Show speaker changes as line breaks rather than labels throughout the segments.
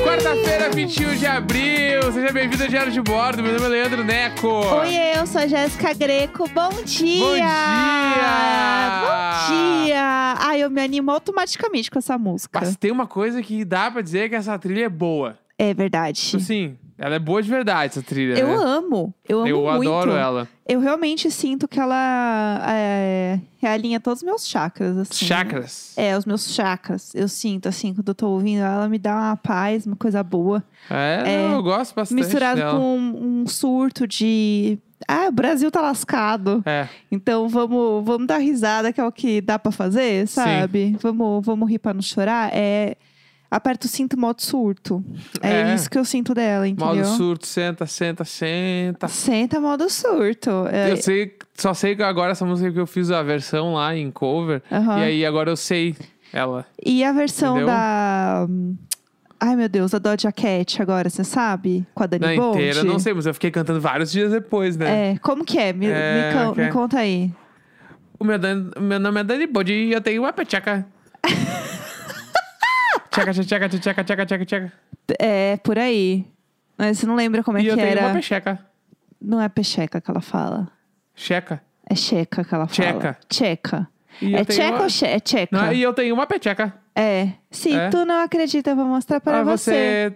Quarta-feira, 21 de abril. Seja bem-vindo ao Diário de Bordo. Meu nome é Leandro Neco.
Oi, eu sou a Jéssica Greco. Bom dia!
Bom dia!
Bom dia! Ai, eu me animo automaticamente com essa música.
Mas tem uma coisa que dá pra dizer que essa trilha é boa.
É verdade.
Sim, ela é boa de verdade, essa trilha.
Eu
né?
amo, eu amo
Eu
muito.
adoro ela.
Eu realmente sinto que ela é, realinha todos os meus chakras, assim.
Chakras.
É, os meus chakras. Eu sinto, assim, quando eu tô ouvindo ela, ela me dá uma paz, uma coisa boa.
É,
É.
eu gosto bastante
Misturado
dela.
com um, um surto de... Ah, o Brasil tá lascado.
É,
Então vamos, vamos dar risada, que é o que dá pra fazer, sabe? Vamos, vamos rir pra não chorar. É... Aperta o cinto, modo surto. É,
É.
isso que eu sinto dela, entendeu?
modo surto, senta, senta, senta.
Senta, modo surto. É,
Eu sei, só sei que agora essa música que eu fiz a versão lá em cover.
aham.
E aí agora eu sei ela.
E a versão
Entendeu?
da. Ai, meu Deus, da Dodge Cat agora, você sabe? Com a Dani
Na
Bond?
inteira, não sei, mas eu fiquei cantando vários dias depois, né?
É, como que é? Me, me
É,
con-
ok.
me conta aí.
O meu, dan- o meu nome é Dani Bode e eu tenho uma peteca. tchaca, tchaca, tchaca, tchaca, tchaca, tchaca.
É, por aí. Mas você não lembra como é
E eu
que
tenho uma
era?
pecheca.
Não é pecheca que ela fala.
Checa.
É checa que ela fala.
Checa.
Tcheca.
E eu
É
tenho
tcheca
uma-
ou che... é tcheca?
Não, e eu tenho uma peteca.
É. Se
É?
tu não acredita, eu vou mostrar para
Ah, você.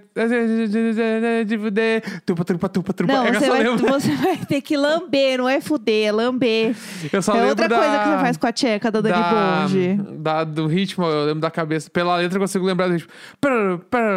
De fuder. Tupa, tupa, tupa, tupa.
Não,
É que eu
você
só
vai,
lembro.
você vai ter que lamber, não é fuder, é lamber.
Eu só
é
lembro
outra
da-
coisa que você faz com a tcheca da Dani
da,
Bond.
da- do ritmo, eu lembro da cabeça. Pela letra eu consigo lembrar do ritmo.
Ah.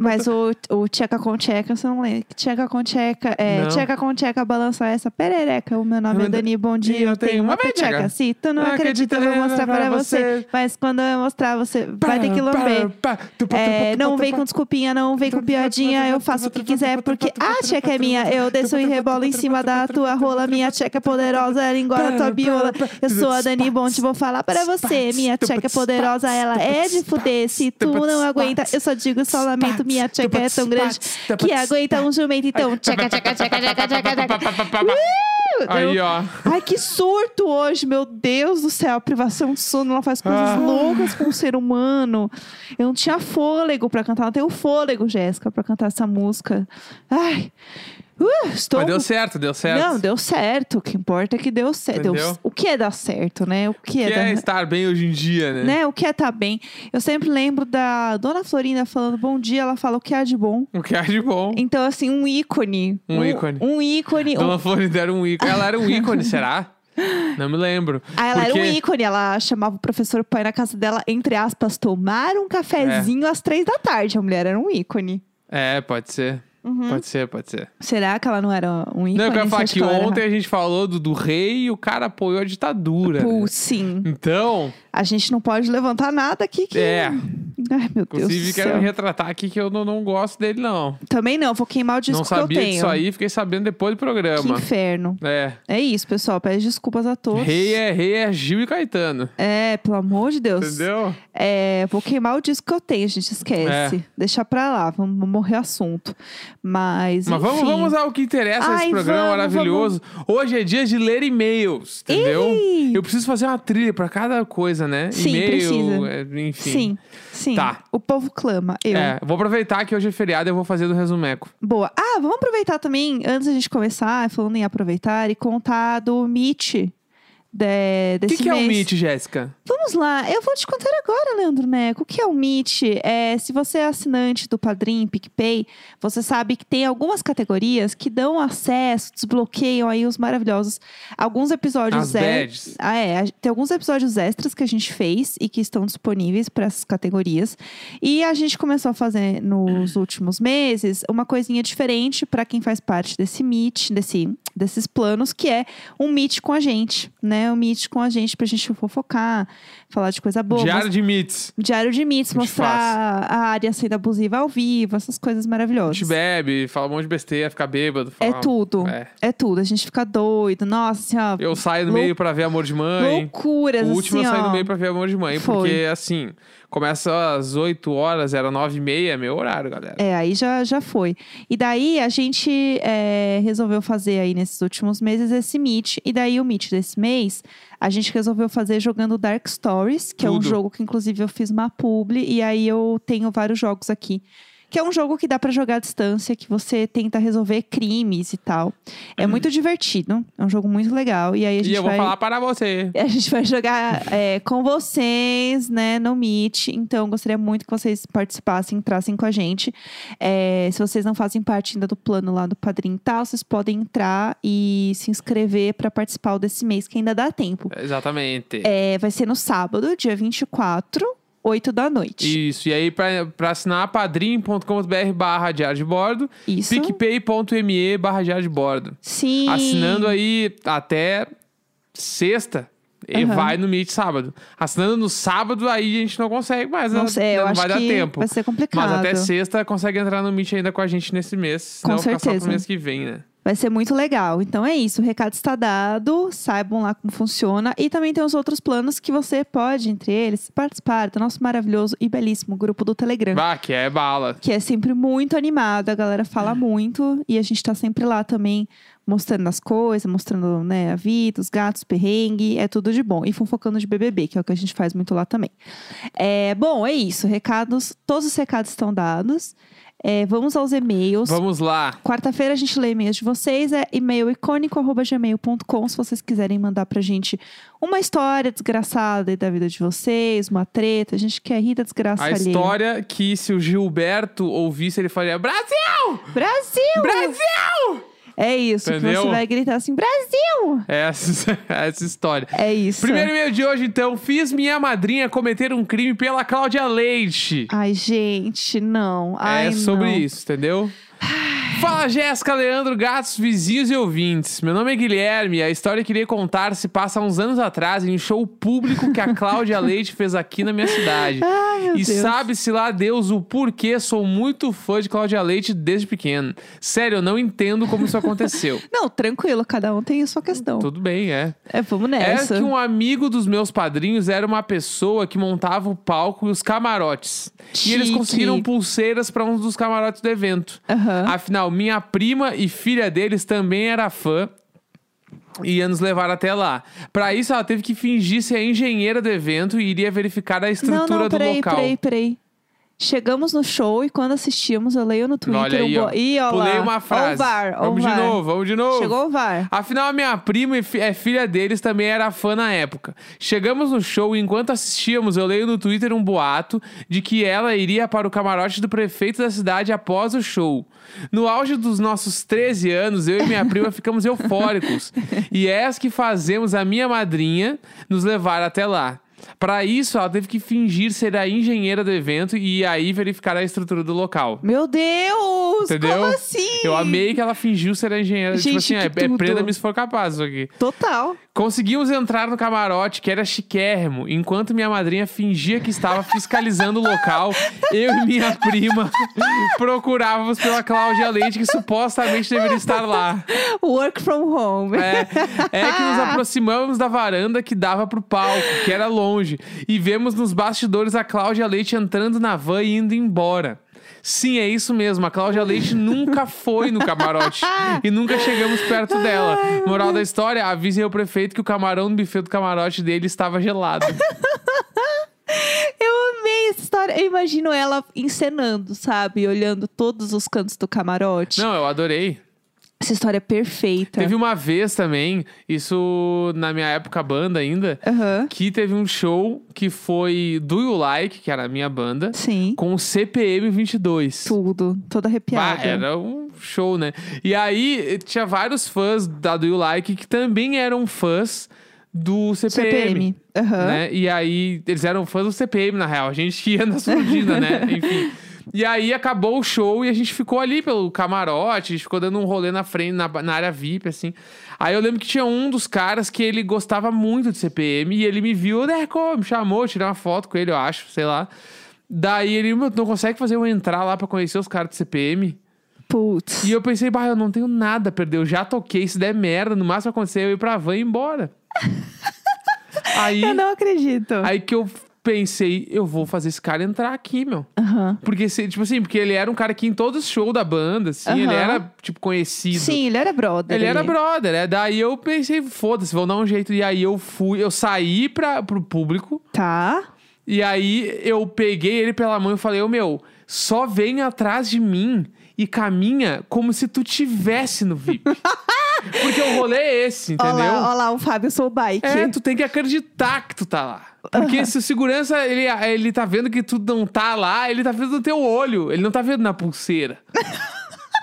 Mas o, o tcheca com tcheca, você não lembra. Tcheca com tcheca, é,
Não.
tcheca com tcheca, balança essa perereca. O meu nome
Eu
é
ainda-
Dani, bom dia,
E eu
eu
tenho
tenho uma
uma peteca.
peteca. Se tu não
Eu
acredita, eu vou
acredito,
mostrar
eu vou
para
você.
você. Mas quando eu mostrar, você vai ter que lamber.
Pá, pá, tupa,
É,
tupa,
não
tupa,
vem com
tupa.
desculpinha, não vem com piadinha. Eu faço o que quiser porque a tcheca é minha. Eu desço e rebolo em cima da tua rola. Minha tcheca é poderosa, ela engorda a tua biola. Eu sou a Dani Bond, vou falar pra você. Minha tcheca é poderosa, ela é de fuder. Se tu não aguenta, eu só digo, só lamento. Minha tcheca é tão grande que aguenta um jumento. Então, tcheca, tcheca, tcheca, tcheca, tcheca, tcheca. Uh,
Aí,
eu-
ó.
Ai, que surto hoje, meu Deus do céu. A privação de sono, ela faz coisas
Ah.
loucas com o ser humano. Eu não tinha fôlego pra cantar, não tenho fôlego, Jéssica, pra cantar essa música. Ai, uh, estou...
Mas deu certo, deu certo.
Não, deu certo. O que importa é que deu certo. Deu-
Entendeu?
O que é dar certo, né? O que,
Que
é,
é
dar...
estar bem hoje em dia, né?
Né? O que é tá bem. Eu sempre lembro da Dona Florinda falando bom dia, ela fala o que há de bom.
O que há de bom.
Então, assim, um ícone.
Um ícone.
Um ícone. um-
Dona Florinda era um ícone. Ela era um ícone, será? Não me lembro.
Ah, ela
Porque-
era um ícone, ela chamava o professor pai na casa dela, entre aspas, tomar um cafezinho às três da tarde. A mulher era um ícone.
É, pode ser.
Uhum.
Pode ser, pode ser.
Será que ela não era um ícone?
Não, eu quero
Você
falar
acha
que
ela era-
ontem a gente falou do, do rei e o cara apoiou a ditadura. né?
Pô, sim.
Então,
A gente não pode levantar nada aqui que.
é.
Ai, meu Deus.
Inclusive,
do
quero
céu.
me retratar aqui que eu não, não gosto dele, não.
Também não, vou queimar o disco
não sabia
que eu tenho.
disso aí, fiquei sabendo depois do
Que
programa.
inferno.
É.
É isso, pessoal. Peço desculpas a todos.
Rei é rei, é Gil e Caetano.
É, pelo amor de Deus.
Entendeu?
É, vou queimar o disco que eu tenho, gente. Esquece.
É.
Deixa pra lá, vamos morrer o assunto. Mas.
Mas vamos,
enfim.
vamos ao que interessa
Ai,
esse programa
vamos,
maravilhoso. Hoje é dia de ler e-mails, entendeu?
Ih!
Eu preciso fazer uma trilha pra cada coisa, né?
Sim,
E-mail,
precisa.
é, enfim.
Sim, sim.
Tá.
O povo clama. Eu.
É, vou aproveitar que hoje é feriado e eu vou fazer do resumeco.
Boa. Ah, vamos aproveitar também, antes da gente começar, falando em aproveitar, e contar do Meet. De,
O que,
desse
que é o
mês.
Meet, Jéssica?
Vamos lá, eu vou te contar agora, Leandro Neco. O que é o Meet? É, se você é assinante do Padrim, PicPay, você sabe que tem algumas categorias que dão acesso, desbloqueiam aí os maravilhosos. Alguns episódios
As
é-
badges.
Ah, é. A gen- Tem alguns episódios extras que a gente fez e que estão disponíveis para essas categorias. E a gente começou a fazer nos últimos meses uma coisinha diferente para quem faz parte desse meet, desse, desses planos, que é um meet com a gente, né? Um meet com a gente pra gente fofocar, falar de coisa boa.
Diário
mos-
de Meets.
Diário de
A
meets,
gente
mostrar a área sendo abusiva ao vivo, essas coisas
A gente
maravilhosas.
bebe, fala um monte de besteira, fica bêbado.
É
fala-
tudo. É.
É.
tudo. A gente fica doido. Nossa, assim, ó.
Eu saio no
Lou-
meio pra ver Amor de Mãe.
Loucuras,
O último
assim,
eu saí
ó.
no meio pra ver Amor de Mãe,
Foi.
porque assim, começa às 8 horas, era 9 e meia, é meu horário, galera.
É, aí já, já foi. E daí a gente é, resolveu fazer aí nesse nesses últimos meses esse Meet. E daí o Meet desse mês, a gente resolveu fazer jogando Dark Stories, que é um
Tudo.
jogo que inclusive eu fiz uma publi. E aí eu tenho vários jogos aqui. Que é um jogo que dá pra jogar à distância, que você tenta resolver crimes e tal. É muito divertido, é um jogo muito legal. E aí a gente
Uhum. E eu vou
vai...
falar para você.
A gente vai jogar é, com vocês, né, no Meet. Então, gostaria muito que vocês participassem, entrassem com a gente. É, se vocês não fazem parte ainda do plano lá do Padrim e tal, vocês podem entrar e se inscrever para participar desse mês, que ainda dá tempo.
Exatamente.
É, vai ser no sábado, dia 24, 8 da noite.
Isso, e aí pra, pra assinar padrim.com.br barra diário de bordo,
Isso.
picpay.me barra diário de bordo.
Sim.
Assinando
Hum.
aí até sexta. E
Aham.
vai no Meet sábado. Assinando no sábado, aí a gente não consegue mais.
Não
né?
sei, eu
não
acho
vai dar
que
tempo.
vai ser complicado.
Mas até sexta consegue entrar no Meet ainda com a gente nesse mês. Senão
Com
fica só
certeza.
pro mês que vem, né?
Vai ser muito legal. Então é isso, o recado está dado, saibam lá como funciona. E também tem os outros planos que você pode, entre eles, participar do nosso maravilhoso e belíssimo grupo do Telegram.
Bah, que é bala.
Que é sempre muito animado, a galera fala muito e a gente tá sempre lá também mostrando as coisas, mostrando né, a vida, os gatos, perrengue, é tudo de bom. E fofocando de BBB, que é o que a gente faz muito lá também. É, bom, é isso, recados, todos os recados estão dados. É, vamos aos e-mails.
Vamos lá.
Quarta-feira a gente lê e-mails de vocês, é e-mail icônico.gmail.com. Se vocês quiserem mandar pra gente uma história desgraçada aí da vida de vocês, uma treta, a gente quer rir da desgraça
A
alheia.
história que se o Gilberto ouvisse, ele faria Brasil!
Brasil!
Brasil!
É isso,
Entendeu?
que você vai gritar assim, Brasil!
É essa, essa história.
É isso.
Primeiro e-mail de hoje, então. Fiz minha madrinha cometer um crime pela Cláudia Leite.
Ai, gente, não. Ai,
é sobre
não.
isso, entendeu? Fala Jéssica, Leandro, gatos, vizinhos e ouvintes. Meu nome é Guilherme e a história que irei contar se passa há uns anos atrás em um show público que a Cláudia Leite fez aqui na minha cidade.
Ai, meu
e
Deus.
sabe-se lá Deus o porquê sou muito fã de Cláudia Leite desde pequeno. Sério, eu não entendo como isso aconteceu.
Não, tranquilo, cada um tem a sua questão.
Tudo bem, é.
É, vamos nessa.
É que um amigo dos meus padrinhos era uma pessoa que montava o palco e os camarotes. E eles
Chique.
conseguiram pulseiras para um dos camarotes do evento.
Aham.
Afinal, minha prima e filha deles também era fã. E ia nos levar até lá. Para isso, ela teve que fingir ser a engenheira do evento e iria verificar a estrutura
Não, não,
do
peraí,
local.
peraí, peraí. Chegamos no show e quando assistimos, eu leio no Twitter.
Olha aí,
um bo-
ó.
Ih, ó
Pulei
lá.
uma frase.
Ó o VAR, ó o
vamos de
VAR.
novo, vamos de novo.
Chegou o VAR.
Afinal, a minha prima e fi- é filha deles também era fã na época. Chegamos no show e enquanto assistíamos, eu leio no Twitter um boato de que ela iria para o camarote do prefeito da cidade após o show. No auge dos nossos 13 anos, eu e minha prima ficamos eufóricos. E é as que fazemos a minha madrinha nos levar até lá. Para isso, ela teve que fingir ser a engenheira do evento e aí verificar a estrutura do local.
Meu Deus!
Entendeu?
Como assim?
Eu amei que ela fingiu ser a engenheira. tipo
Gente,
assim, é,
que
é
tudo.
prenda-me se for capaz isso aqui.
Total.
Conseguimos entrar no camarote, que era chiquérrimo, enquanto minha madrinha fingia que estava fiscalizando o local. Eu e minha prima procurávamos pela Cláudia Leite, que supostamente deveria estar lá.
Work from home.
É, é que nos aproximamos da varanda que dava pro palco, que era longe, e vemos nos bastidores a Cláudia Leite entrando na van e indo embora. Sim, é isso mesmo. A Cláudia Leite nunca foi no camarote e nunca chegamos perto dela. Moral da história: avisem ao prefeito que o camarão no buffet do camarote dele estava gelado.
Eu amei essa história. Eu imagino ela encenando, sabe? Olhando todos os cantos do camarote.
Não, eu adorei.
Essa história é perfeita.
Teve uma vez também, isso na minha época banda ainda,
Aham.
que teve um show que foi Do You Like, que era a minha banda.
Sim.
com o CPM 22.
Tudo. Toda
Bah,
arrepiada.
era um show, né? E aí eh, tinha vários fãs da Do You Like que também eram fãs do CPM.
CPM. Aham.
Né? E aí eles eram fãs do CPM, na real. A gente ia na surdina, né? Enfim. E aí acabou o show e a gente ficou ali pelo camarote, a gente ficou dando um rolê na frente, na, na área VIP, assim. Aí eu lembro que tinha um dos caras que ele gostava muito de CPM e ele me viu, né, como, me chamou, tirei uma foto com ele, eu acho, sei lá. Daí ele, "Meu, tu não consegue fazer eu entrar lá pra conhecer os caras do CPM?
Putz.
E eu pensei, bah, eu não tenho nada a perder, eu já toquei, se der merda, no máximo vai acontecer eu ir pra van e ir embora. aí,
Eu não acredito.
aí que eu Pensei, eu vou fazer esse cara entrar aqui, meu.
Aham.
Porque, se- tipo assim, porque ele era um cara que em todos os shows da banda, assim, ele
Aham.
era, tipo, conhecido.
Sim, ele era brother.
Ele era
ali.
brother, né? Daí eu pensei, foda-se, vão dar um jeito. E aí eu fui, eu saí pra, pro público,
Tá.
e aí eu peguei ele pela mão e falei, ô meu, só vem atrás de mim e caminha como se tu tivesse no VIP. Porque o rolê é esse, entendeu?
Olha lá, o Fábio Soulbike.
É, tu tem que acreditar que tu tá lá. Porque se o segurança, ele, ele tá vendo que tu não tá lá, ele tá vendo no teu olho. Ele não tá vendo na pulseira.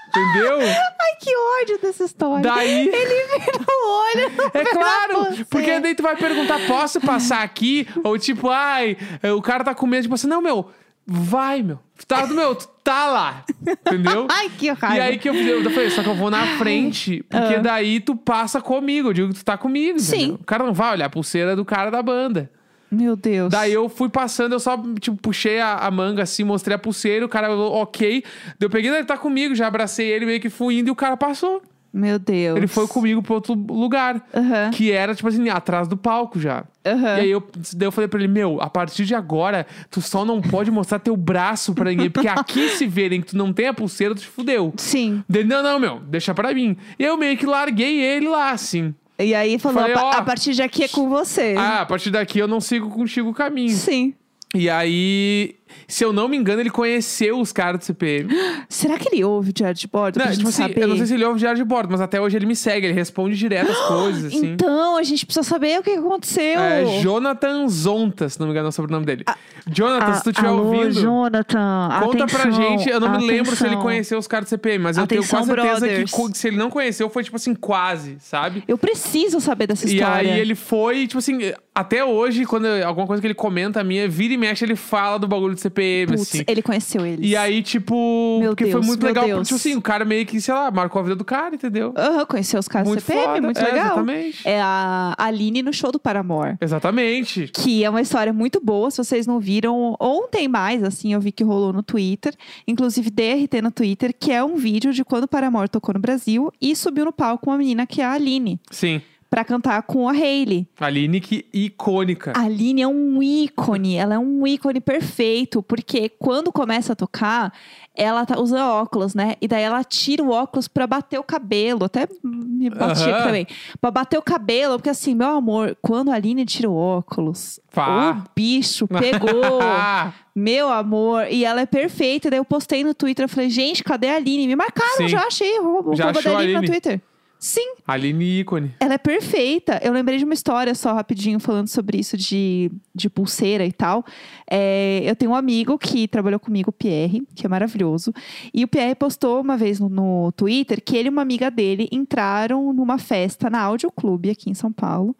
Entendeu? É
Ai, que ódio dessa história.
Daí-
Ele vira o olho.
É
pra
claro,
você.
porque daí tu vai perguntar, posso passar aqui? Ou tipo, ai, eh, o cara tá com medo, tipo assim, não, meu, vai, meu. Tá, meu, tu tá lá, entendeu?
Ai, que raiva. Ah.
E aí que eu, fiz- eu falei, só que eu vou na frente, porque daí tu passa comigo, eu digo que tu tá comigo,
Sim.
entendeu? O cara não vai olhar a pulseira do cara da banda.
Meu Deus.
Daí eu fui passando, eu só, tipo, puxei a, a manga assim, mostrei a pulseira, o cara falou, ok. Daí eu peguei, ele tá comigo, já abracei ele, meio que fui indo e o cara passou.
Meu Deus.
Ele foi comigo pra outro lugar.
Aham.
Que era, tipo assim, atrás do palco já.
Aham.
E aí eu, daí eu falei pra ele, meu, a partir de agora, tu só não pode mostrar teu braço pra ninguém. Porque aqui se verem que tu não tem a pulseira, tu te fudeu.
Sim.
Dele, não, não, meu, deixa pra mim. E eu meio que larguei ele lá, assim.
E aí falou,
Falei,
a, pa-
ó.
a partir de aqui é com você.
Ah, a partir daqui eu não sigo contigo o caminho.
Sim.
E aí, se eu não me engano, ele conheceu os caras do CPM.
Será que ele ouve o diário de bordo pra
Não,
gente
tipo assim,
saber?
eu não sei se ele ouve o diário de bordo, mas até hoje ele me segue, ele responde direto as coisas, assim.
Então, a gente precisa saber o que aconteceu.
É Jonathan Zonta, se não me engano é o sobrenome dele. Jonathan,
A-
se tu estiver
Ah, Alô,
ouvindo,
Jonathan,
conta
atenção,
pra gente. Eu não me lembro se ele
atenção.
conheceu os caras do CPM, mas
Atenção,
eu tenho quase certeza
brothers.
que co- se ele não conheceu, foi tipo assim, quase, sabe?
Eu preciso saber dessa
E
história.
aí ele foi, tipo assim, até hoje, quando eu- alguma coisa que ele comenta a minha, vira e mexe, ele fala do bagulho do CPM,
Putz,
assim.
ele conheceu eles.
E aí, tipo,
Meu
porque foi
Deus,
muito
meu
legal.
Deus.
porque, Tipo assim, o cara meio que, sei lá, marcou a vida do cara, entendeu?
Aham, conheceu os caras do
Muito
CPM,
foda.
muito
É,
legal.
exatamente.
É a Aline no show do Paramore.
Exatamente.
Que é uma história muito boa, se vocês não viram, ontem mais, assim, eu vi que rolou no Twitter, inclusive DRT no Twitter, que é um vídeo de quando o Paramore tocou no Brasil e subiu no palco uma menina que é a Aline,
Sim.
pra cantar com a Hailey.
Aline, que icônica.
A Aline é um ícone, ela é um ícone perfeito, porque quando começa a tocar, ela tá, usa óculos, né? E daí ela tira o óculos pra bater o cabelo, até me bati
Aham.
aqui também. Pra bater o cabelo, porque assim, meu amor, quando a Aline tira o óculos,
Pá.
o bicho pegou.
Ah,
meu amor, e ela é perfeita. Daí eu postei no Twitter, eu falei, gente, cadê a Aline? Me marcaram,
Sim.
já achei o roubo
Já
arroba da
achou a
Aline no
Aline?
Twitter. Sim,
Aline, ícone.
ela é perfeita. Eu lembrei de uma história só rapidinho falando sobre isso de, de pulseira e tal. É, eu tenho um amigo que trabalhou comigo, o Pierre, que é maravilhoso. E o Pierre postou uma vez no, no Twitter que ele e uma amiga dele entraram numa festa na Audio Clube aqui em São Paulo.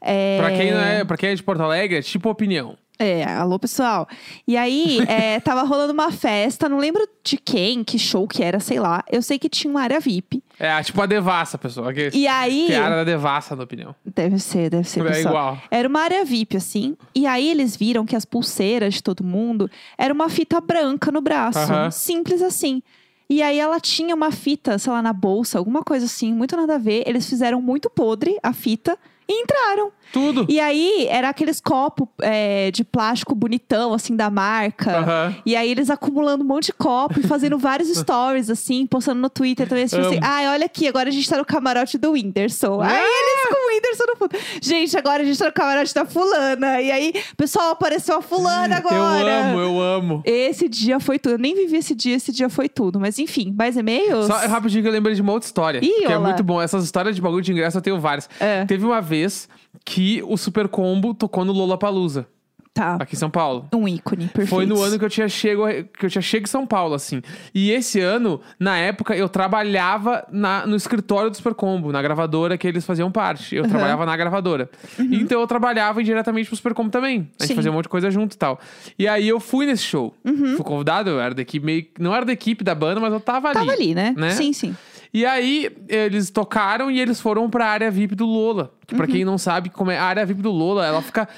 É,
Pra, quem não é, pra quem é de Porto Alegre, é tipo opinião.
é, alô pessoal. E aí, é, tava rolando uma festa, não lembro de quem, que show que era, sei lá. Eu sei que tinha uma área VIP.
É a- tipo a devassa, pessoal. Que,
E aí.
que é a área da devassa, na opinião.
Deve ser, deve ser.
é
pessoal.
igual.
Era uma área VIP, assim. E aí eles viram que as pulseiras de todo mundo era uma fita branca no braço.
Aham.
Simples assim. E aí ela tinha uma fita, sei lá, na bolsa, alguma coisa assim, muito nada a ver. Eles fizeram muito podre a fita e entraram.
Tudo.
E aí era aqueles copos é, de plástico bonitão, assim, da marca.
Aham.
E aí eles acumulando um monte de copo e fazendo vários stories, assim, postando no Twitter também. Tipo assim,
Amo. Ah!
ai, olha aqui, agora a gente tá no camarote do Whindersson. Aí eles com o Whindersson no fundo. Gente, agora a gente tá no camarote da fulana. E aí, pessoal, apareceu a fulana agora.
Eu amo, eu amo.
Esse dia foi tudo. Eu nem vivi esse dia, esse dia foi tudo. Mas enfim, mais e-mails?
Só é rapidinho que eu lembrei de uma outra história.
Ih,
que é
olá.
muito bom. Essas histórias de bagulho de ingresso eu tenho várias.
É.
Teve uma vez que o Super Combo tocou no Lollapalooza,
Tá,
aqui em São Paulo.
um ícone, perfeito.
Foi no ano que eu tinha chego, que eu tinha chego em São Paulo, assim. E esse ano, na época, eu trabalhava na- no escritório do Supercombo, na gravadora que eles faziam parte. Eu trabalhava na gravadora. Então eu trabalhava indiretamente pro Supercombo também. A gente
Uhum. Sim.
fazia um monte de coisa junto e tal. E aí eu fui nesse show.
Uhum.
Fui convidado, eu era da equipe, meio, não era da equipe da banda, mas eu tava ali.
Tava ali, né?
né?
Sim, sim.
E aí, eles tocaram e eles foram pra área VIP do Lola. Que
Uhum.
pra quem não sabe como é, a área VIP do Lola, ela fica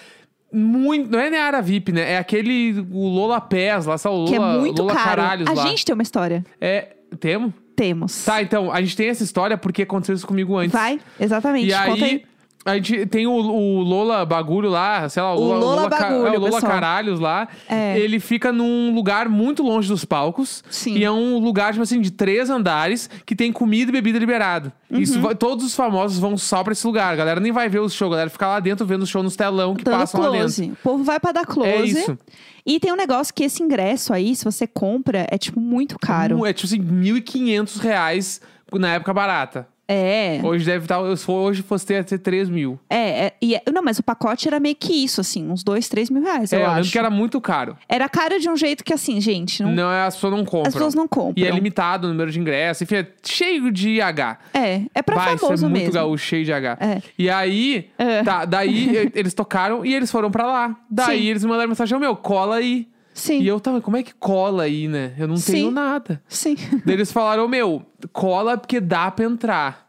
muito. Não é nem a área VIP, né? É aquele. O Lola Pés lá, só o Lola,
que é muito
Lola
caro.
Caralhos
a
lá.
gente tem uma história.
É. Tá, Temo?
Temos.
Tá, então, a gente tem essa história porque aconteceu isso comigo antes.
Vai, exatamente.
e
Conta aí.
aí. A gente tem o, o Lola Bagulho lá, sei lá, o
O
Lola,
Lola
Ca-
Bagulho,
é, o Lola
pessoal.
Caralhos lá.
É.
Ele fica num lugar muito longe dos palcos.
Sim.
E é um lugar, tipo assim, de três andares que tem comida e bebida liberado.
Uhum.
Isso vai- todos os famosos vão só pra esse lugar. A galera nem vai ver o show, a galera fica lá dentro vendo o show nos telão que
Dando
passam lá dentro.
close. O povo vai pra dar close.
É isso.
E tem um negócio que esse ingresso aí, se você compra, é tipo muito caro.
É tipo assim, 1.500 reais na época barata.
É.
Hoje deve estar, se for- hoje fosse ter, ter 3 mil.
É, é, e é- não, mas o pacote era meio que isso, assim, uns dois, três mil reais,
é,
eu
eu lembro
acho.
que era muito caro.
Era caro de um jeito que, assim, gente, não-
Não, as pessoas não compram.
as pessoas não
E
compram.
é limitado o número de ingressos, enfim, é cheio de H.
um É, é pra
Vai,
famoso
isso é muito
mesmo.
gaúcho, cheio de H.
É.
E aí,
É.
tá, daí e- eles tocaram e eles foram pra lá. Daí
Sim.
eles me mandaram mensagem, "Ô, meu, cola aí.
Sim,
E eu, tá, mas como é que cola aí, né? Eu não tenho
Sim.
nada.
sim.
daí eles falaram, "Ô, meu, cola porque dá pra entrar.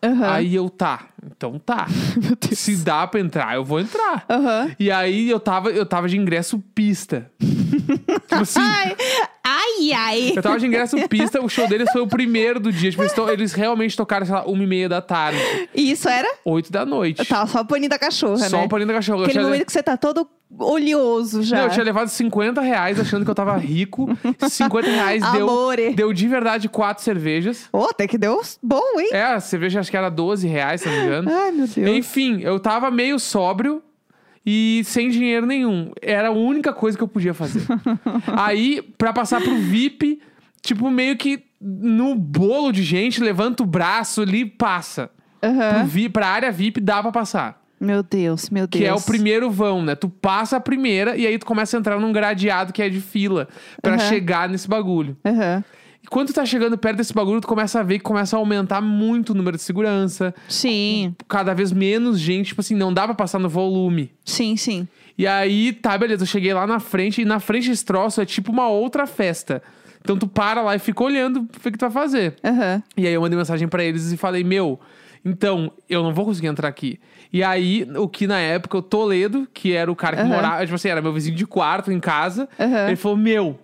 Aham.
Aí eu, tá, então tá. Se dá pra entrar, eu vou entrar.
Aham.
E aí eu tava, eu tava de ingresso pista. tipo assim,
Ai, ai, ai.
eu tava de ingresso pista, o show deles foi o primeiro do dia. Tipo, eles, to- eles realmente tocaram, sei lá, uma e meia da tarde,
E isso era?
oito da noite.
Eu tava só o paninho da cachorra,
Só
né?
o paninho da cachorra. Eu
Aquele
tinha-
momento que você tá todo oleoso já.
Não, eu tinha levado 50 reais achando que eu tava rico. 50 reais
Amore.
deu, deu de verdade quatro cervejas.
Ô, até que deu bom, hein?
É, a cerveja acho que era 12 reais, se não me engano.
Ai, meu Deus.
Enfim, eu tava meio sóbrio e sem dinheiro nenhum. Era a única coisa que eu podia fazer. Aí, pra passar pro VIP, tipo, meio que no bolo de gente, levanta o braço ali e passa. Pro
Aham.
vi, pra área VIP dá pra passar.
Meu Deus, meu Deus.
Que é o primeiro vão, né? Tu passa a primeira e aí tu começa a entrar num gradeado que é de fila pra
Aham.
chegar nesse bagulho.
Aham.
E quando tu tá chegando perto desse bagulho, tu começa a ver que começa a aumentar muito o número de segurança.
Sim,
Cada vez menos gente, tipo assim, não dá pra passar no volume.
sim, sim.
E aí, tá, beleza, eu cheguei lá na frente, e na frente desse troço é tipo uma outra festa. Então tu para lá e fica olhando o que que tu vai fazer.
Aham.
E aí eu mandei mensagem pra eles e falei, meu, então, eu não vou conseguir entrar aqui. E aí, o que na época, o Toledo, que era o cara que
Aham.
morava, tipo assim, era meu vizinho de quarto em casa,
Aham.
ele falou, meu,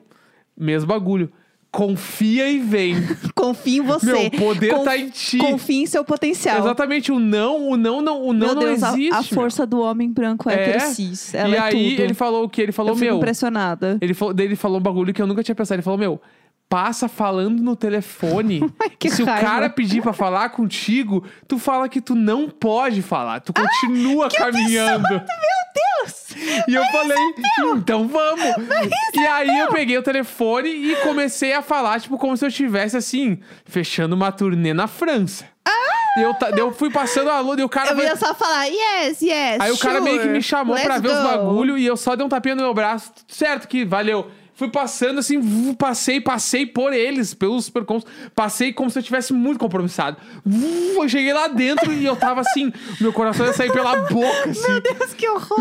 mesmo bagulho, confia e vem.
Confia em você.
Meu, poder
Conf-
tá em ti.
Confia em seu potencial.
Exatamente, o não, o não, não, o não
Então. Meu
não
Deus, a-
existe.
a,
meu.
força do homem branco
É.
hétero cis. Ela
e
é
aí
tudo.
ele falou o que? Ele falou,
Eu fico
meu.
impressionada.
Ele falou, daí ele falou um bagulho que eu nunca tinha pensado. Ele falou, meu, passa falando no telefone.
Que
se
raiva.
o cara pedir pra falar contigo, tu fala que tu não pode falar. Tu continua caminhando.
é Meu Deus!
E eu falei, então vamos.
é
E aí eu peguei o telefone e comecei a falar, tipo, como se eu estivesse assim, fechando uma turnê na França. E Eu, ta- daí eu fui passando a lua e o cara
Ah! Eu
foi-
ia só falar, yes, yes.
Aí o cara
sure,
meio que me chamou pra
É let's
ver os
go."
bagulho e eu só dei um tapinha no meu braço. Tudo Certo que valeu. Fui passando assim, vu, passei, passei por eles, pelos supercompos. Passei como se eu tivesse muito compromissado. Vu, eu cheguei lá dentro e eu tava assim, meu coração ia sair pela boca, assim.
Meu Deus, que horror!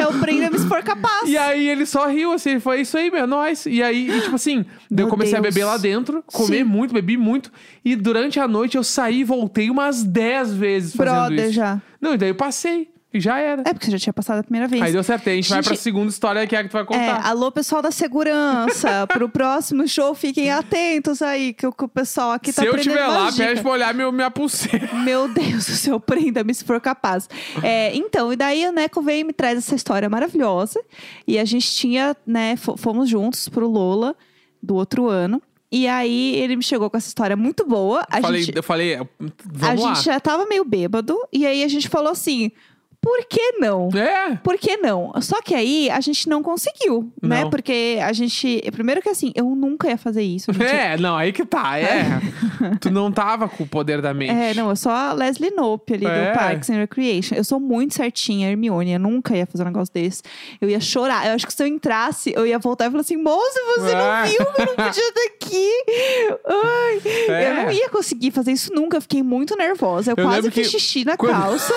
é o prêmio se for capaz.
E aí ele só riu, assim, foi isso aí, meu, nós. E aí, e tipo assim, daí eu
Meu
comecei a
Deus.
beber lá dentro, comer
Sim.
muito, bebi muito. E durante a noite eu saí e voltei umas 10 vezes fazendo
Brother,
isso.
já.
Não, e daí eu passei. E já era.
É porque você já tinha passado a primeira vez.
Aí deu certo. aí A gente, vai pra
Gente,
segunda história que é a que tu vai
É,
contar.
alô, pessoal da segurança. Pro próximo show, fiquem atentos aí, que o, que o pessoal aqui tá
Se eu
aprendendo
estiver lá,
umas dicas.
pede pra olhar meu, minha pulseira.
Meu Deus do céu, prenda-me se for capaz. É, então, e daí o Neco veio e me traz essa história maravilhosa. E a gente tinha, né, fo- fomos juntos pro Lola do outro ano. E aí ele me chegou com essa história muito boa. A
falei,
gente,
Eu falei, "É,
a
vamos lá.
gente já tava meio bêbado. E aí a gente falou assim: por que não?
É.
Por que não? Só que aí a gente não conseguiu, né?
Não.
Porque a gente. Primeiro que assim, eu nunca ia fazer isso. né? gente.
É, não, aí que tá, é. tu não tava com o poder da mente.
É, não, eu sou a Leslie Knope ali
É.
do Parks and Recreation. Eu sou muito certinha, Hermione. Eu nunca ia fazer um negócio desse. Eu ia chorar. Eu acho que se eu entrasse, eu ia voltar e falar assim: moça, você
Ah.
não viu que eu não podia estar aqui. Ai,
É.
Eu não ia conseguir fazer isso nunca. Eu fiquei muito nervosa. Eu,
Eu
quase
lembro
fiz
que
xixi na
quando-
calça.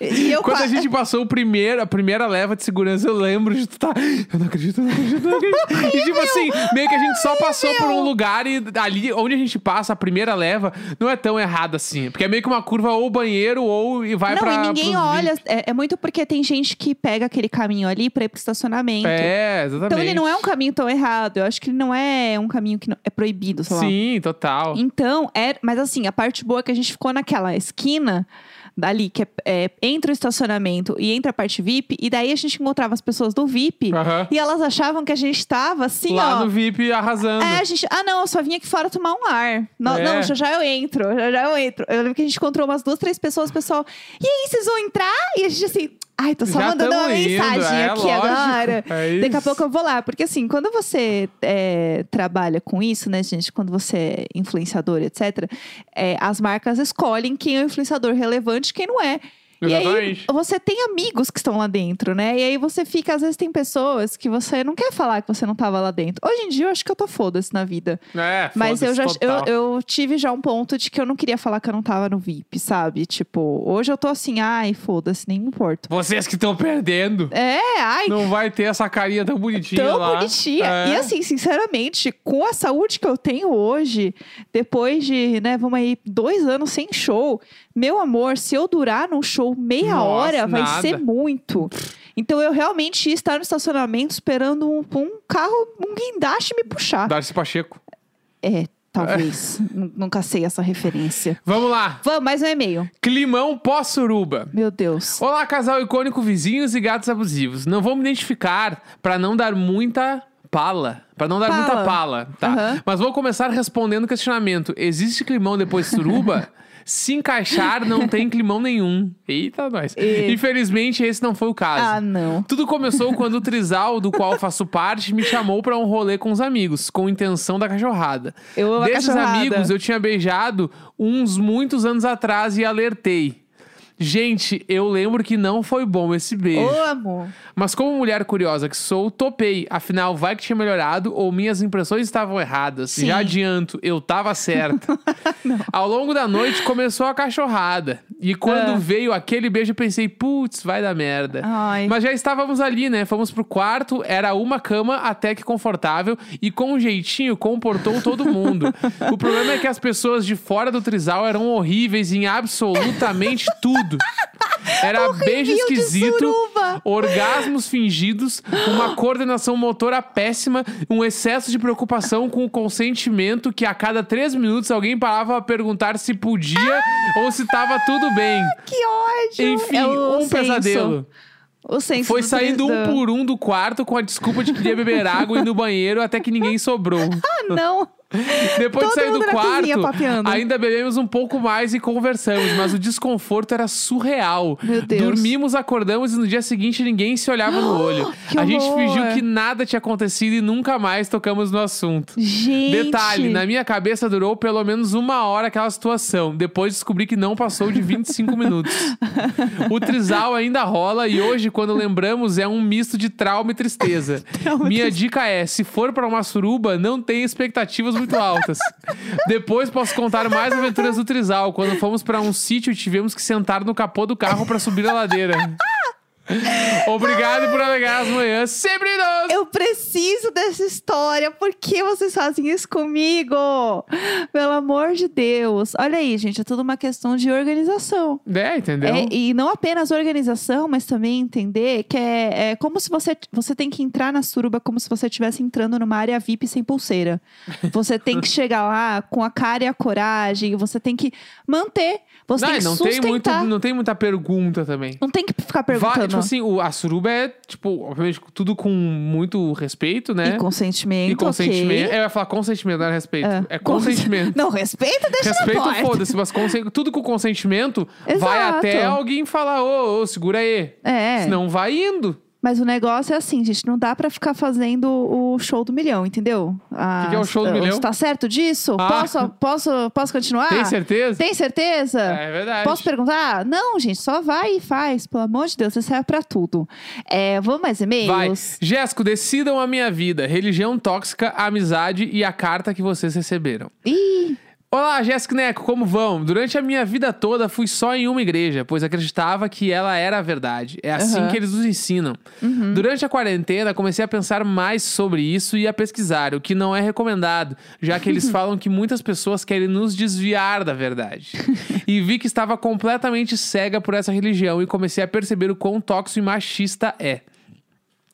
e eu
Quando a
quase.
gente passou o primeiro, a primeira leva de segurança, eu lembro de tu tá. Eu não acredito, eu não acredito, eu não acredito. e tipo assim, meio que a gente só passou por um lugar e ali onde a gente passa a primeira leva não é tão errado assim. Porque é meio que uma curva ou banheiro ou e vai
não,
pra.
e ninguém
pros
olha. É, é muito porque tem gente que pega aquele caminho ali pra ir pro estacionamento.
É, exatamente.
Então ele não é um caminho tão errado. Eu acho que ele não é um caminho que não- é proibido, sei lá.
Sim, total.
é Então, era, mas assim, a parte boa é que a gente ficou naquela esquina dali, que é, é, entre o estacionamento e entre a parte VIP, e daí a gente encontrava as pessoas do VIP
Aham.
e elas achavam que a gente tava assim,
Ah. Lá
ó.
no VIP arrasando.
É, a gente. Ah, não, eu só vim aqui fora tomar um ar. Não,
É.
não, já já eu entro, já já eu entro. Eu lembro que a gente encontrou umas duas, três pessoas, o pessoal. E aí, vocês vão entrar? E a gente assim. Ai, tô só
Já
mandando uma
tamo indo,
mensagem
é,
aqui
lógico,
agora.
é
Daqui a
isso.
pouco eu vou lá. Porque assim, quando você é, trabalha com isso, né, gente? Quando você é influenciador, etc., é, as marcas escolhem quem é o influenciador relevante e quem não é. E aí,
Exatamente.
você tem amigos que estão lá dentro, né? E aí você fica, às vezes tem pessoas que você não quer falar que você não tava lá dentro. Hoje em dia eu acho que eu tô foda-se na vida.
É,
Mas eu já
foda-se,
eu,
total.
eu tive já um ponto de que eu não queria falar que eu não tava no VIP, sabe? Tipo, hoje eu tô assim, ai, foda-se, nem me importo.
Vocês que estão perdendo.
É, ai,
Não vai ter essa carinha tão bonitinha
tão
lá.
bonitinha.
É.
E assim, sinceramente, com a saúde que eu tenho hoje, depois de, né, vamos aí, dois anos sem show, meu amor, se eu durar num show meia
Nossa,
hora, vai
nada.
ser muito. Então eu realmente ia estar no estacionamento esperando um, um carro, um guindaste me puxar.
Darcy Pacheco.
É, talvez. N- Nunca sei essa referência.
Vamos lá.
Vamos, mais um e-mail.
Climão pós-suruba.
Meu Deus.
Olá, casal icônico, vizinhos e gatos abusivos. Não vou me identificar pra não dar muita pala. Pra não dar
Pala.
muita pala, tá?
Aham.
Mas vou começar respondendo o questionamento. Existe climão depois de suruba? Se encaixar, não tem climão nenhum. Eita, nós.
E-
Infelizmente, esse não foi o caso.
Ah, não.
Tudo começou quando o Trisal, do qual faço parte, me chamou pra um rolê com os amigos, com intenção da cachorrada.
Eu amo a
Desses
cachorrada.
amigos, eu tinha beijado uns muitos anos atrás e alertei. Gente, eu lembro que não foi bom esse beijo.
Ô, amor.
Mas como mulher curiosa que sou, topei. Afinal, vai que tinha melhorado ou minhas impressões estavam erradas.
Sim.
Já adianto, eu tava certa. Ao longo da noite começou a cachorrada. E quando
Ah.
veio aquele beijo, eu pensei, putz, vai dar merda.
Ai.
Mas já estávamos ali, né? Fomos pro quarto, era uma cama até que confortável e com um jeitinho comportou todo mundo. o problema é que as pessoas de fora do trisal eram horríveis em absolutamente tudo. Era beijo
Horrível de
esquisito,
suruba.
orgasmos fingidos, uma coordenação motora péssima, um excesso de preocupação com o consentimento que a cada três minutos alguém parava a perguntar se podia ou se tava tudo bem.
Que ódio.
Enfim,
É o
um
senso.
pesadelo.
O senso
Foi
do-
saindo um
do-
por um do quarto com a desculpa de que queria beber água e ir no banheiro até que ninguém sobrou.
Ah, não.
Depois de
Todo
sair do
mundo na
quarto,
cozinha papeando.
ainda bebemos um pouco mais e conversamos, mas o desconforto era surreal.
Meu Deus.
Dormimos, acordamos e no dia seguinte ninguém se olhava no olho.
Que
a gente
horror.
fingiu que nada tinha acontecido e nunca mais tocamos no assunto.
Gente.
Detalhe, né? na minha cabeça durou pelo menos uma hora aquela situação. Depois descobri que não passou de 25 minutos. O trisal ainda rola e hoje, quando lembramos, é um misto de trauma e tristeza.
Trauma e
minha dica é: se for pra uma suruba, não tenha expectativas muito altas. Depois posso contar mais aventuras do trisal. Quando fomos pra um sítio, e tivemos que sentar no capô do carro pra subir a ladeira. Obrigado por alegar as manhãs. Sempre nós!
Eu preciso dessa história. Por que vocês fazem isso comigo? Pelo amor de Deus. Olha aí, gente. É tudo uma questão de organização.
É, entendeu?
É, e não apenas organização, mas também entender que é, é como se você, você tem que entrar na suruba como se você estivesse entrando numa área VIP sem pulseira. Você tem que chegar lá com a cara e a coragem, você tem que manter, você
não,
tem que
não
sustentar.
tem muito, não tem muita pergunta também.
Não tem que ficar
Vai,
perguntando.
tipo assim, o, a suruba é, tipo, obviamente, tudo com muito respeito, né?
E consentimento,
E consentimento.
ok.
É, Eu ia falar consentimento, não era respeito. É,
Con-
consentimento.
Não, respeita, deixa
Respeito,
na porta.
foda-se, mas consen- tudo com consentimento vai
Exato.
até alguém falar, ô, ô, segura aí.
É,
Senão vai indo. O
mas o negócio é assim, gente, não dá pra ficar fazendo o show do milhão, entendeu? Ah,
Que que é o show do
ah,
milhão?
Você tá certo disso?
Ah.
Posso, posso, posso continuar?
Tem certeza?
Ah, Tem certeza?
É verdade.
Posso perguntar? Não, gente, só vai e faz, pelo amor de Deus, você serve pra tudo. É, vamos mais
Vai.
e-mails?
Jéssico, decidam a minha vida. Religião tóxica, amizade e a carta que vocês receberam.
Ih,
Olá, Jéssica e Neco, como vão? Durante a minha vida toda fui só em uma igreja, pois acreditava que ela era a verdade. É assim
Aham.
que eles nos ensinam. Durante a quarentena, comecei a pensar mais sobre isso e a pesquisar, o que não é recomendado, já que eles falam que muitas pessoas querem nos desviar da verdade. e vi que estava completamente cega por essa religião e comecei a perceber o quão tóxico e machista é.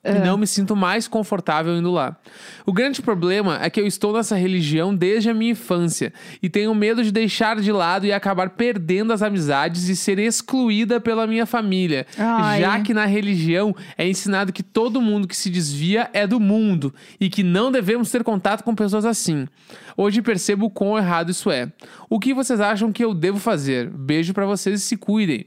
E não me sinto mais confortável indo lá. O grande problema é que eu estou nessa religião desde a minha infância e tenho medo de deixar de lado e acabar perdendo as amizades e ser excluída pela minha família.
Ai.
Já que na religião é ensinado que todo mundo que se desvia é do mundo e que não devemos ter contato com pessoas assim. Hoje percebo o quão errado isso é. O que vocês acham que eu devo fazer? Beijo pra vocês e se cuidem.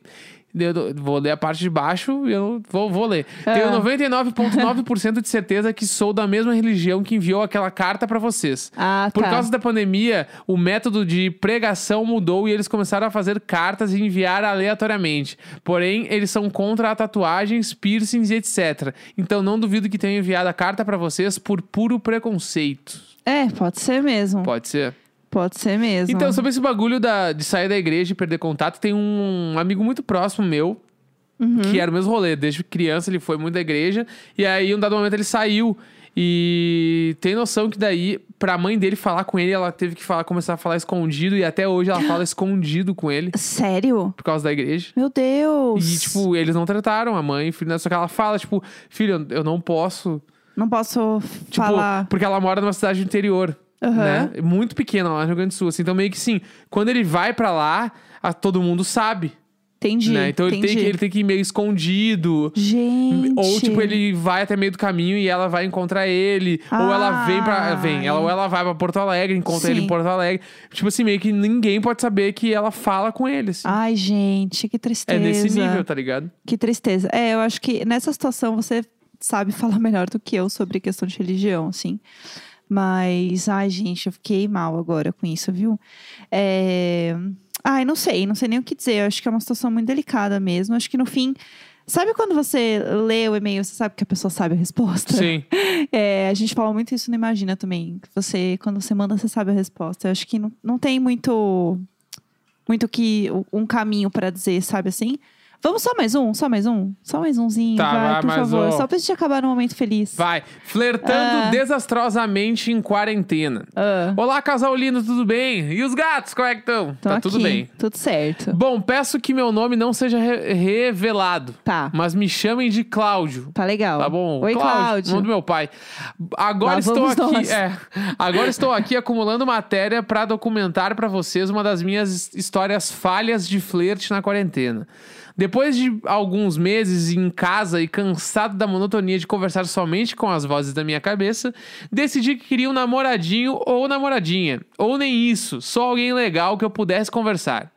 Eu vou ler a parte de baixo e eu vou, vou ler. Tenho 99,9% de certeza que sou da mesma religião que enviou aquela carta pra vocês.
Ah,
Por
tá.
causa da pandemia, o método de pregação mudou e eles começaram a fazer cartas e enviar aleatoriamente. Porém, eles são contra a tatuagens, piercings e etc. Então, não duvido que tenham enviado a carta pra vocês por puro preconceito.
É, pode ser mesmo.
Pode
Pode,
ser?
ser mesmo.
Então, sobre esse bagulho da- de sair da igreja e perder contato, tem um amigo muito próximo meu. Que era o mesmo rolê, desde criança ele foi muito da igreja. E aí, um dado momento, ele saiu. E tem noção que daí, pra mãe dele falar com ele, ela teve que falar, começar a falar escondido. E até hoje ela fala escondido com ele,
Sério?
por causa da igreja.
Meu Deus.
E, tipo, eles não trataram a mãe e o filho, né? só que ela fala, tipo, filho, eu não posso.
Não posso
Tipo,
falar.
porque ela mora numa cidade do interior.
Aham.
Né? Muito pequena lá no Rio Grande do Sul. assim. Então, meio que sim, quando ele vai pra lá, a- todo mundo sabe.
Entendi.
né? Então ele
entendi.
tem, que, ele tem que ir meio escondido.
Gente.
Ou, tipo, ele vai até meio do caminho e ela vai encontrar ele. Ou ela vem pra. Vem, ela, ou ela vai pra Porto Alegre, encontra ele
Ah. Sim.
em Porto Alegre. Tipo assim, meio que ninguém pode saber que ela fala com ele. assim.
Ai, gente, que
é
tristeza.
nesse nível, tá ligado?
Que tristeza. É, eu acho que nessa situação você sabe falar melhor do que eu sobre questão de religião, assim. Mas, ai, gente, eu fiquei mal agora com isso, viu? É... Ai, não sei, não sei nem o que dizer. Eu acho que é uma situação muito delicada mesmo. Acho que no fim. Sabe quando você lê o e-mail, você sabe que a pessoa sabe a resposta?
Sim.
É, a gente fala muito isso no Imagina também. que Você, quando você manda, você sabe a resposta. Eu acho que não, não tem muito muito que um caminho pra dizer, sabe assim? Vamos só mais um, só mais um, só mais umzinho,
Tá,
vai,
vai,
por
mais
favor.
um.
Só pra gente acabar num momento feliz.
Vai. Flertando desastrosamente em quarentena.
Ah,
Olá, casal lindo, tudo bem? E os gatos, como é que estão?
tô
Tá
aqui,
tudo bem.
Tudo certo.
Bom, peço que meu nome não seja re- revelado,
Tá,
mas me chamem de Cláudio.
tá legal.
Tá bom?
Oi,
Cláudio. Nome do
Cláudio.
meu pai. Agora
Lá
estou
vamos
aqui.
nós.
é, agora estou aqui acumulando matéria para documentar para vocês uma das minhas histórias falhas de flerte na quarentena. Depois de alguns meses em casa e cansado da monotonia de conversar somente com as vozes da minha cabeça, decidi que queria um namoradinho ou namoradinha. Ou nem isso, só alguém legal que eu pudesse conversar.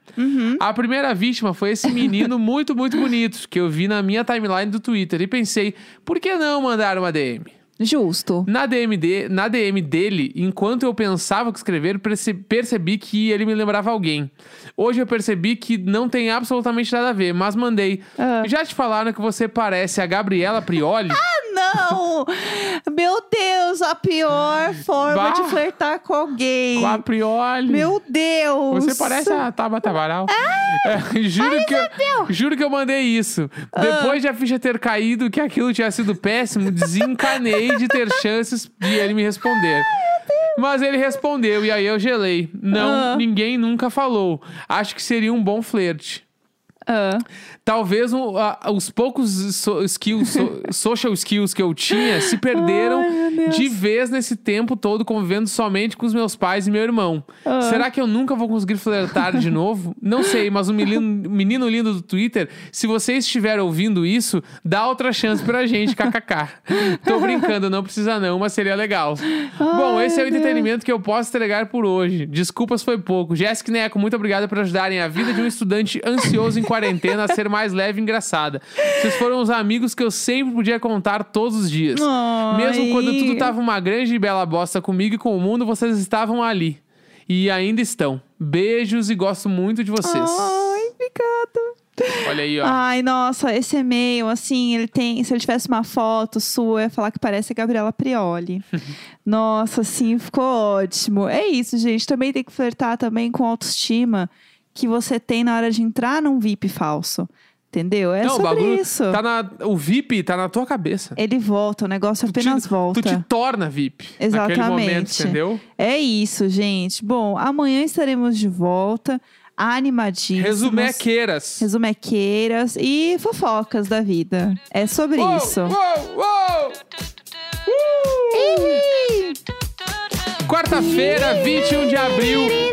A primeira vítima foi esse menino muito, muito bonito que eu vi na minha timeline do Twitter e pensei, por que não mandar uma DM?
Justo.
Na DM, de- na DM dele, enquanto eu pensava o que escrever, perce- percebi que ele me lembrava alguém. Hoje eu percebi que não tem absolutamente nada a ver, mas mandei.
Ah.
Já te falaram que você parece a Gabriela Prioli?
Não! Meu Deus, a pior forma
Bah.
de flertar com alguém.
Com a Prioli.
Meu Deus!
Você parece a Tabata Amaral. É, juro, que eu, juro que eu mandei isso.
Ah.
Depois de a ficha ter caído, que aquilo tinha sido péssimo, desencanei de ter chances de ele me responder. Mas ele respondeu, e aí eu gelei. Não,
Ah.
ninguém nunca falou. Acho que seria um bom flerte.
Ah.
Talvez um- a- os poucos so- skills, so- social skills que eu tinha se perderam
Ai, meu Deus.
de vez nesse tempo todo convivendo somente com os meus pais e meu irmão.
Ah.
Será que eu nunca vou conseguir flertar de novo? Não sei, mas o menino, menino lindo do Twitter, se você estiver ouvindo isso, dá outra chance pra gente, kkk. Tô brincando, não precisa não, mas seria legal. Bom, esse é o
meu Deus.
entretenimento que eu posso entregar por hoje. Desculpas foi pouco. Jéssica e Neco, muito obrigado por ajudarem a vida de um estudante ansioso em quarentena a ser mais leve e engraçada. Vocês foram os amigos que eu sempre podia contar todos os dias.
Ai.
Mesmo quando tudo tava uma grande e bela bosta comigo e com o mundo, vocês estavam ali. E ainda estão. Beijos e gosto muito de vocês.
Ai, Ah, obrigada.
Olha aí, ó.
Ai, nossa, esse e-mail, assim, ele tem. Se ele tivesse uma foto sua, eu ia falar que parece a Gabriela Prioli. nossa, assim, ficou ótimo. É isso, gente. Também tem que flertar também com a autoestima que você tem na hora de entrar num VIP falso. Entendeu? É
Não, o
sobre
bagulho
isso.
tá na. O VIP tá na tua cabeça.
Ele volta, o negócio
te-
apenas volta.
Tu te torna VIP. Naquele momento,
Exatamente.
entendeu?
É isso, gente. Bom, amanhã estaremos de volta, animadíssimos.
Resumequeiras.
resumequeiras e fofocas da vida. É sobre isso.
Uou, uou, uou! Sexta-feira, 21 de abril,